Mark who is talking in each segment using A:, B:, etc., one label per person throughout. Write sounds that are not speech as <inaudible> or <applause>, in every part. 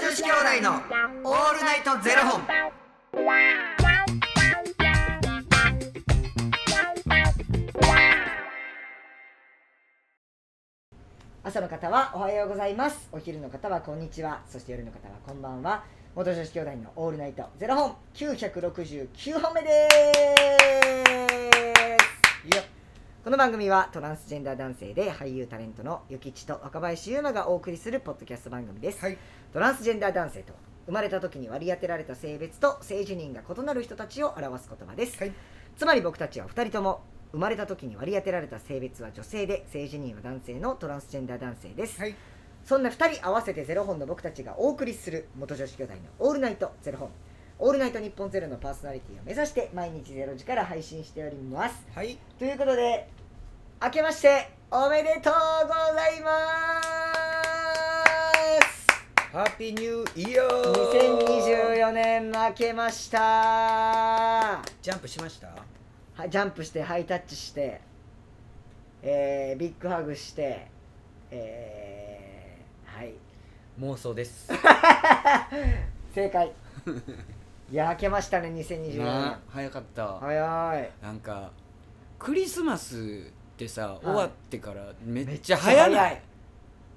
A: 子兄弟のオールナイトゼロ本。
B: 朝の方はおはようございますお昼の方はこんにちはそして夜の方はこんばんは元女子兄弟のオールナイトゼロ本969本目ですよっこの番組はトランスジェンダー男性で俳優タレントの与吉と若林優馬がお送りするポッドキャスト番組です、
A: はい
B: トランスジェンダー男性とは生まれた時に割り当てられた性別と性自認が異なる人たちを表す言葉です、
A: はい
B: つまり僕たちは2人とも生まれた時に割り当てられた性別は女性で性自認は男性のトランスジェンダー男性です、
A: はい
B: そんな2人合わせてゼロ本の僕たちがお送りする元女子兄弟の「オールナイトゼロ本」「オールナイト日本ゼロのパーソナリティを目指して毎日ゼロ時から配信しております
A: はい。
B: ということで明けましておめでとうございます
A: ハッピーニューイヤー。
B: 2024年負けましたは
A: ジャンプしました。
B: いジャンプしてハイタッチして、えービッグハグして、えーはい
A: 妄想 <laughs> です。
B: 正
A: <laughs>
B: 解いや明けましたね2024年
A: な早かった。
B: 早い
A: なんかクリスマスってさ、
B: い
A: 終わってからめっちゃ早ない。
B: い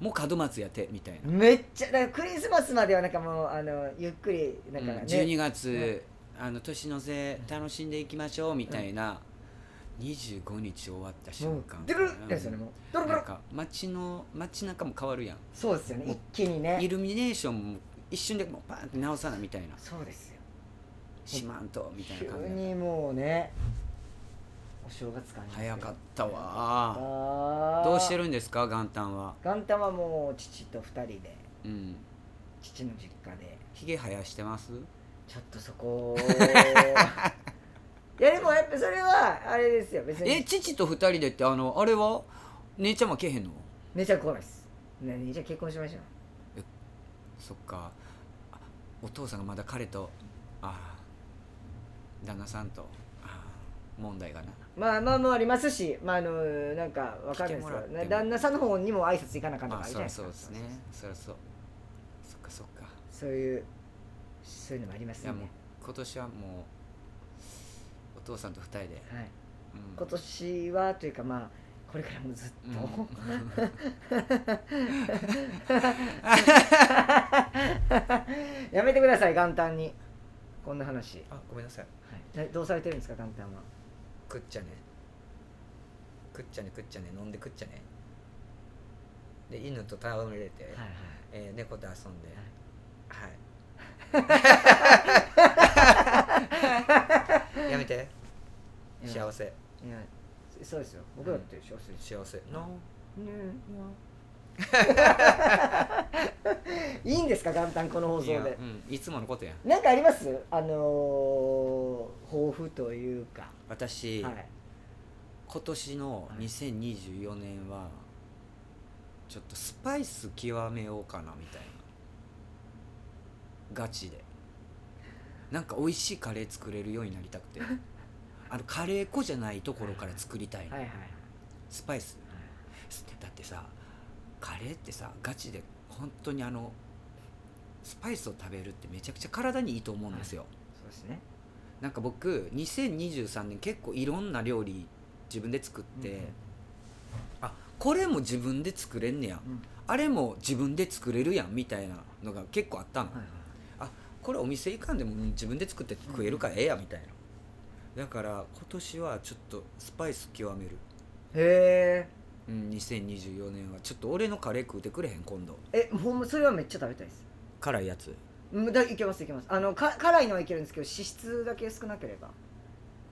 A: もう門松やてみたいな。
B: めっちゃだからクリスマスまではなんかもうあのゆっくりなんかね、
A: うん12月、あの年の瀬楽しんでいきましょうみたいな、25日終わった
B: も
A: 瞬
B: う
A: 間
B: ドゥルルですよねもうドゥルド
A: うん
B: ゥ
A: な
B: ル
A: んか街の街中も変わるやん
B: そうですよね一気に
A: イ
B: ね
A: ルミネーションも一瞬でもうパーンって直さなみたいな
B: そうですよ
A: しまんとみたい
B: 急
A: な感じ
B: にもうねお正月感
A: 早かったたわ
B: あー
A: どうしてるんですか元旦は
B: 元旦はもう父と二人で
A: うん
B: 父の実家で
A: ひげ生やしてます
B: ちょっとそ
A: <laughs>
B: こいやでもやっぱそれはあれですよ別
A: え
B: に
A: 父と二人でってあのあれは姉ちゃんはけへんの
B: 姉ちゃん来ないですね姉ちゃん結婚しましょう
A: そっかあお父さんがまだ彼とああ旦那さんとああ問題がな
B: まあまあまあありますしまああのなんかわかるんですけ
A: 来ても
B: ど
A: らっても
B: 旦那さんの方にも挨拶行かなあかんと
A: ま
B: か
A: あ
B: あるじゃない
A: そりゃ
B: です
A: そ
B: か
A: うですねそりゃそうそっかそっか
B: そういうそういうのもあります
A: い
B: よ
A: や
B: ね
A: もう今年はもうお父さんと二人で、
B: はい、
A: うん
B: 今年はというかまあこれからもずっと、
A: <laughs>
B: <laughs> やめてください元旦にこんな話、
A: あごめんなさい
B: などうされてるんですか元旦は
A: 食っちゃね食っちゃね食っちゃね飲んで食っちゃねで犬と戯れて、
B: はいはい
A: えー猫と遊んではい <laughs> やめて
B: いや
A: 幸
B: い
A: せ
B: やそそうですよ僕だって幸せです
A: 幸せの
B: うんいいんですか元旦この放
A: いや
B: 送
A: う
B: で
A: ん、いつものことやん
B: なんかありますあのー、抱負というか、
A: 私、
B: はい
A: 今年の2024年はちょっとスパイス極めようかなみたいなガチでなんか美味しいカレー作れるようになりたく
B: <laughs>
A: てあのカレー粉じゃないところから作りたい
B: は
A: の、
B: いはいはい
A: スパイスだってさカレーってさガチで本当にあのスパイスを食べるってめちゃくちゃ体にいいと思うんですよ、
B: そうですね
A: なんか僕2023年結構いろんな料理自分で作って、
B: うん
A: あこれも自分で作れんねや
B: うん
A: あれも自分で作れるやんみたいなのが結構あったの、
B: はいはい
A: これお店行かんでもうん自分で作って食えるからええやみたいなだから今年はちょっとスパイス極める、
B: へ
A: うん、2024年はちょっと俺のカレー食うてくれへん今度
B: ええほんまそれはめっちゃ食べたいです
A: 辛いやつ
B: うんだいけますいけますあのか辛いのはいけるんですけど脂質だけ少なければ
A: め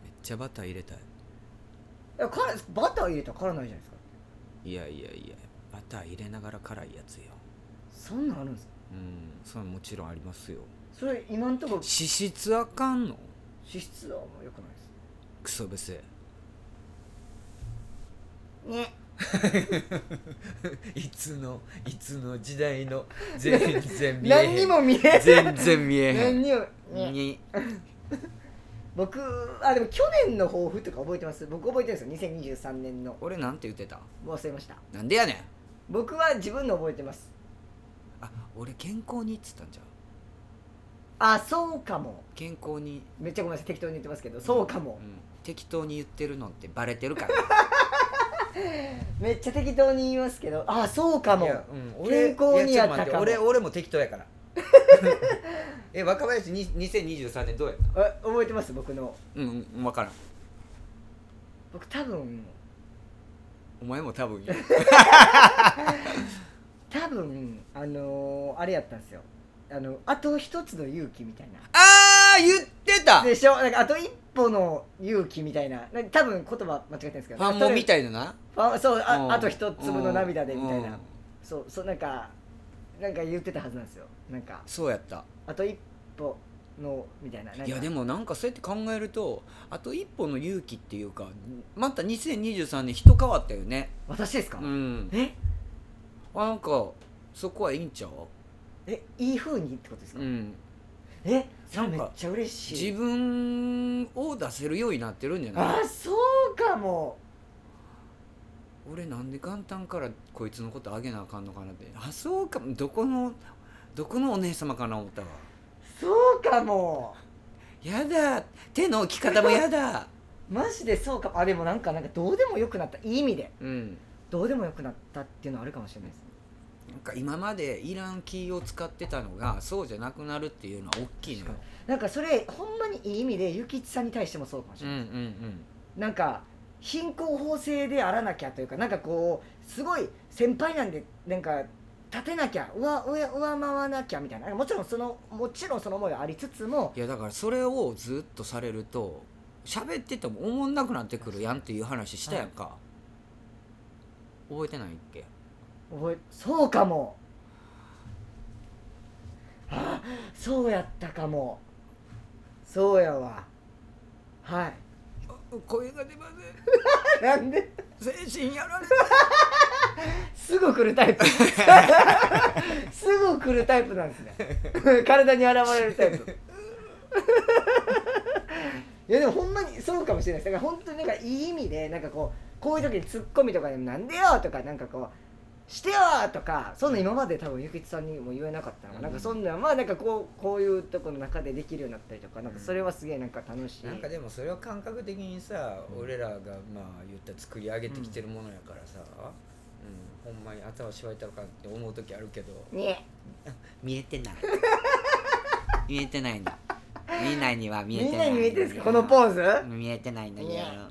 A: っちゃバター入れたい
B: いや辛いバター入れたら辛ないじゃないですか
A: いやいやいやバター入れながら辛いやつよ
B: そんなんあるんですか
A: うんそれはもちろんありますよ
B: それ今んところ
A: 脂質あかんの
B: 脂質はもう良くないです
A: クソブス
B: ね
A: <laughs> いつのいつの時代 <laughs> の全然見えへん
B: 何にも見え
A: 全然見えへ
B: 何
A: ん
B: にも、ね、
A: に
B: 僕あでも去年の抱負とか覚えてます僕覚えてるんですよ2023年の
A: 俺なんて言ってた
B: 忘れました
A: なんでやねん
B: 僕は自分の覚えてます
A: あ俺健康にっつったんじゃう
B: あそうかも
A: 健康に、
B: めっちゃごめんなさい適当に言ってますけどそうか
A: う
B: も、
A: ん、適当に言ってるのってバレてるから <laughs>
B: めっちゃ適当に言いますけどあそうかも
C: いやうん、俺
B: 健康にやったか
C: いちょと
B: も
C: 待て俺俺も適当や
A: <laughs>
C: からえ若林に2023年どうやった
B: え覚えてます僕の
A: うん、うん、分からん
B: 僕多分
A: お前も多分や
B: 多分あのーあれやったんですよあのあと一つの勇気みたいな
A: あー言ってたフ
B: でしょなんかあと一歩の勇気みたいななんか多分言葉間違ってるんですけど
A: ァンモみ
B: い
A: たいなな
B: そうあ,、
A: うん
B: あと一粒の涙でみたいな、
A: うん
B: そうそうなんかなんか言ってたはずなんですよなんか
A: そうやった
B: あと一歩のみたいななんか
A: いやでもなんかそうやって考えるとあと一歩の勇気っていうかまた2023年人変わったよね
B: 私ですか、
A: うん
B: え
A: あなんかそこはいいんちゃう
B: えいいふうにってことですか、
A: うん
B: えそれ
A: なん
B: めっ
A: か
B: ちゃ嬉しい
A: 自分を出せるようになってるんじゃない
B: あそうかも
A: 俺なんで元旦からこいつのことあげなあかんのかなってあそうかどこのどこのお姉様かな思ったわ
B: そうかも
A: やだ手の置き方もやだ
B: マジでそうかもあでもなんかなんかどうでもよくなったいい意味で
A: うん
B: どうでもよくなったっていうのはあるかもしれないです
A: なんか今までいらんキーを使ってたのがそうじゃなくなるっていうのは大きいのよ
B: なんかそれほんまにいい意味で諭吉さんに対してもそうかもし
A: う
B: れ
A: んう
B: ない、
A: ん
B: なんか貧困法制であらなきゃというかなんかこうすごい先輩なんでなんか立てなきゃ上上上回らなきゃみたいなもちろんそのもちろんその思いはありつつも
A: いやだからそれをずっとされると喋ってても思んなくなってくるやんっていう話したやんか、覚えてないっけ
B: 覚えそうかもあそうやったかもそうやわはい
A: 声が出ま
B: なんで
A: せん精神やられ
B: すぐ来るタイプすぐ来るタイプなんですね体に現れるタイプいやでもほんまにそうかもしれないですだから本当になんかいい意味でなんかこうこういう時にツッコミとかでも「なんでよ!」とかなんかこう「してよ!」とかそんな今まで多分ゆきつさんにも言えなかったのが、なんかそんなまあなんかこうこういうとこの中でできるようになったりとかなんかそれはすげえなんか楽しい、
C: なんかでもそれは感覚的にさ、
B: うん
C: 俺らがまあ言ったら作り上げてきてるものやからさ、うんほんまに頭しばいたのかって思う時あるけど
B: ね
A: 見えてない見えてないんだみんなには見え
B: み
A: て
B: ん
A: な
B: ないに見えてるんですかこのポーズ
A: ズ見えてないんだけど
B: いや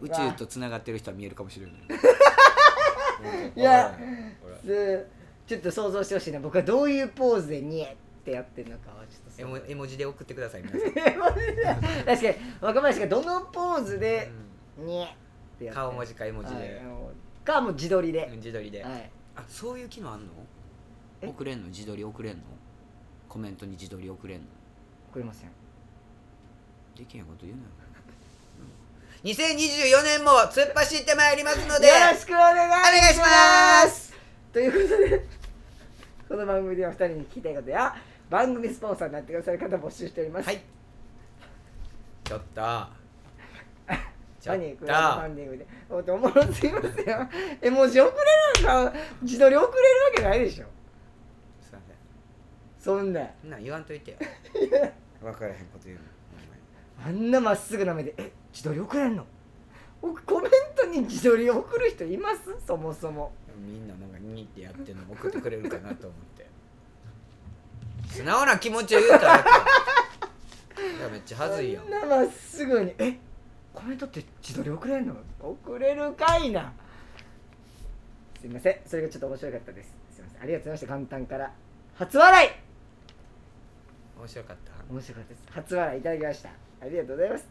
A: 宇宙とつながってる人は見えるかもしれない <laughs>
B: いや
C: ほらほら
B: でちょっと想像してほしいな僕はどういうポーズで「ニエ」ってやってるのかはちょっと
C: 絵
B: 想像
C: 文絵文字で送ってください皆さん、
B: <laughs> 確かに若林がどのポーズで「ニエ」っ
C: う
B: てやってる
C: ん顔文字か絵文字
B: はい
C: で
B: あ、のかもう自撮りで、
C: うん自撮りで、
B: はい、
A: あそういう機能あんの
B: え
A: 送れんの自撮り送れんのコメントに自撮り送れんの
B: 送れません
A: できへんこと言うな
B: <laughs>
A: よ
C: 2024年も突っ走ってまいりますので
B: よろしくお
C: お
B: 願いしま
C: 願いします
B: ということでこの番組では2人に聞きたいことや番組スポンサーになってくださる方を募集しております、
C: はいちょっとちょっ
B: <laughs> 何ク
C: と
B: ラウドファンディングでおとおもろすぎますよ絵文字送れるのか自撮り送れるわけないでしょ
C: すいません
B: そんな
C: そんなん言わんといてよ <laughs> 分からへんこと言うのほんまに
B: あんなまっすぐな目で「え自撮り送れんの?」コメントに自撮り送る人いますそもそも
C: みんななんかニーってやってるの送ってくれるかなと思って素直な気持ちを言うたらあかんいやめっちゃ恥ずいやん
B: あんなまっすぐに「えコメントって自撮り送れんの?」送れるかいなすいませんそれがちょっと面白かったですすいませんありがとうございました簡単から初笑い
C: 面白かった
B: 面白かったです初笑いいただきましたありがとうございます、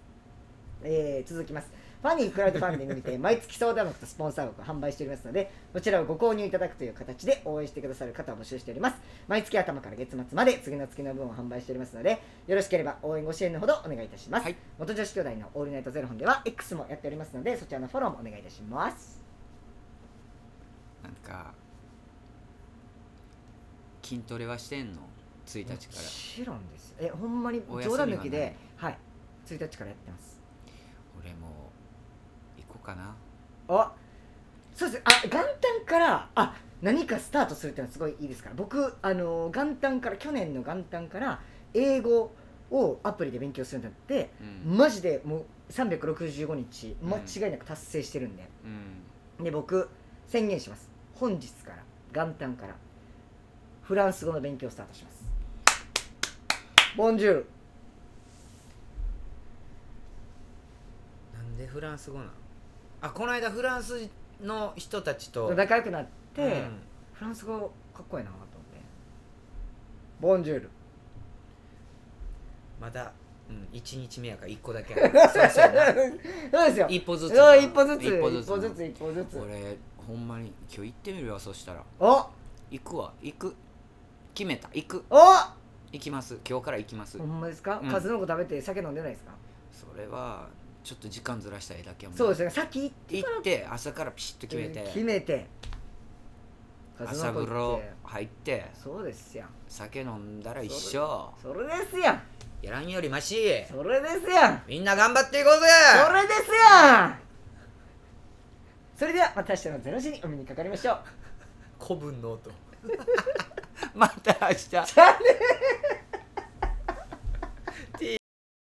B: えー続きますファニークラウドファンディングに
A: <laughs>
B: て毎月相談枠とスポンサー枠を販売しておりますのでこちらをご購入いただくという形で応援してくださる方を募集しております毎月頭から月末まで次の月の分を販売しておりますのでよろしければ応援ご支援のほどお願いいたします、
A: はい
B: 元女子兄弟のオールナイトゼロ本では X もやっておりますのでそちらのフォローもお願いいたします
A: なんか筋トレはしてんの1日か
B: も
A: ら
B: ちろんですえほんまに
A: お休み
B: 冗
A: は
B: 談
A: ない
B: 抜きではい1日からやってます
A: 俺も行こうかな
B: あそうですあ元旦からあ何かスタートするっていうのはすごいいいですから僕あの元旦から去年の元旦から英語をアプリで勉強するんだって
A: うん
B: マジでもう365日
A: うん
B: 間違いなく達成してるんで、
A: うん
B: で僕宣言します本日から元旦からフランス語の勉強をスタートしますボンジュール
C: なんでフランス語なのあこの間フランスの人たちと
B: 仲良くなって、
C: うん
B: フランス語かっこいいなと思ってボンジュール
C: まだ、うん、1日目やから1個だけある
B: <laughs>
C: そうそうやな
B: そう <laughs> ですよ
C: 一歩ずつな
B: うん一歩ずつ
A: 一
B: 一
A: 歩
B: 歩
A: ず
B: ず
A: つ
B: つ一歩ずつ一歩ずつ
A: 俺ほんまに今日行ってみるわそしたら
B: お
A: 行くわ行く決めた行く
B: お
A: 行きます今日から行きます
B: ほんまですか、
A: うん
B: 数の子食べて酒飲んでないですか、
A: それはちょっと時間ずらしたいだけやもん
B: そうですねさっき
A: 行って朝からピシッと決め
B: 決
A: て
B: めて数
A: 朝
B: の子行
A: 風
B: っ
A: 呂
B: て
A: 入って
B: そうですよ
A: 酒飲んだら一緒
B: それですやん
C: やらんよりマシ
B: それですやん
C: みんな頑張っていこうぜ
B: それですやんそれではまた明日のゼロ時にお目にかかりましょう
C: 古文の音
A: <laughs> また明日
B: じゃあね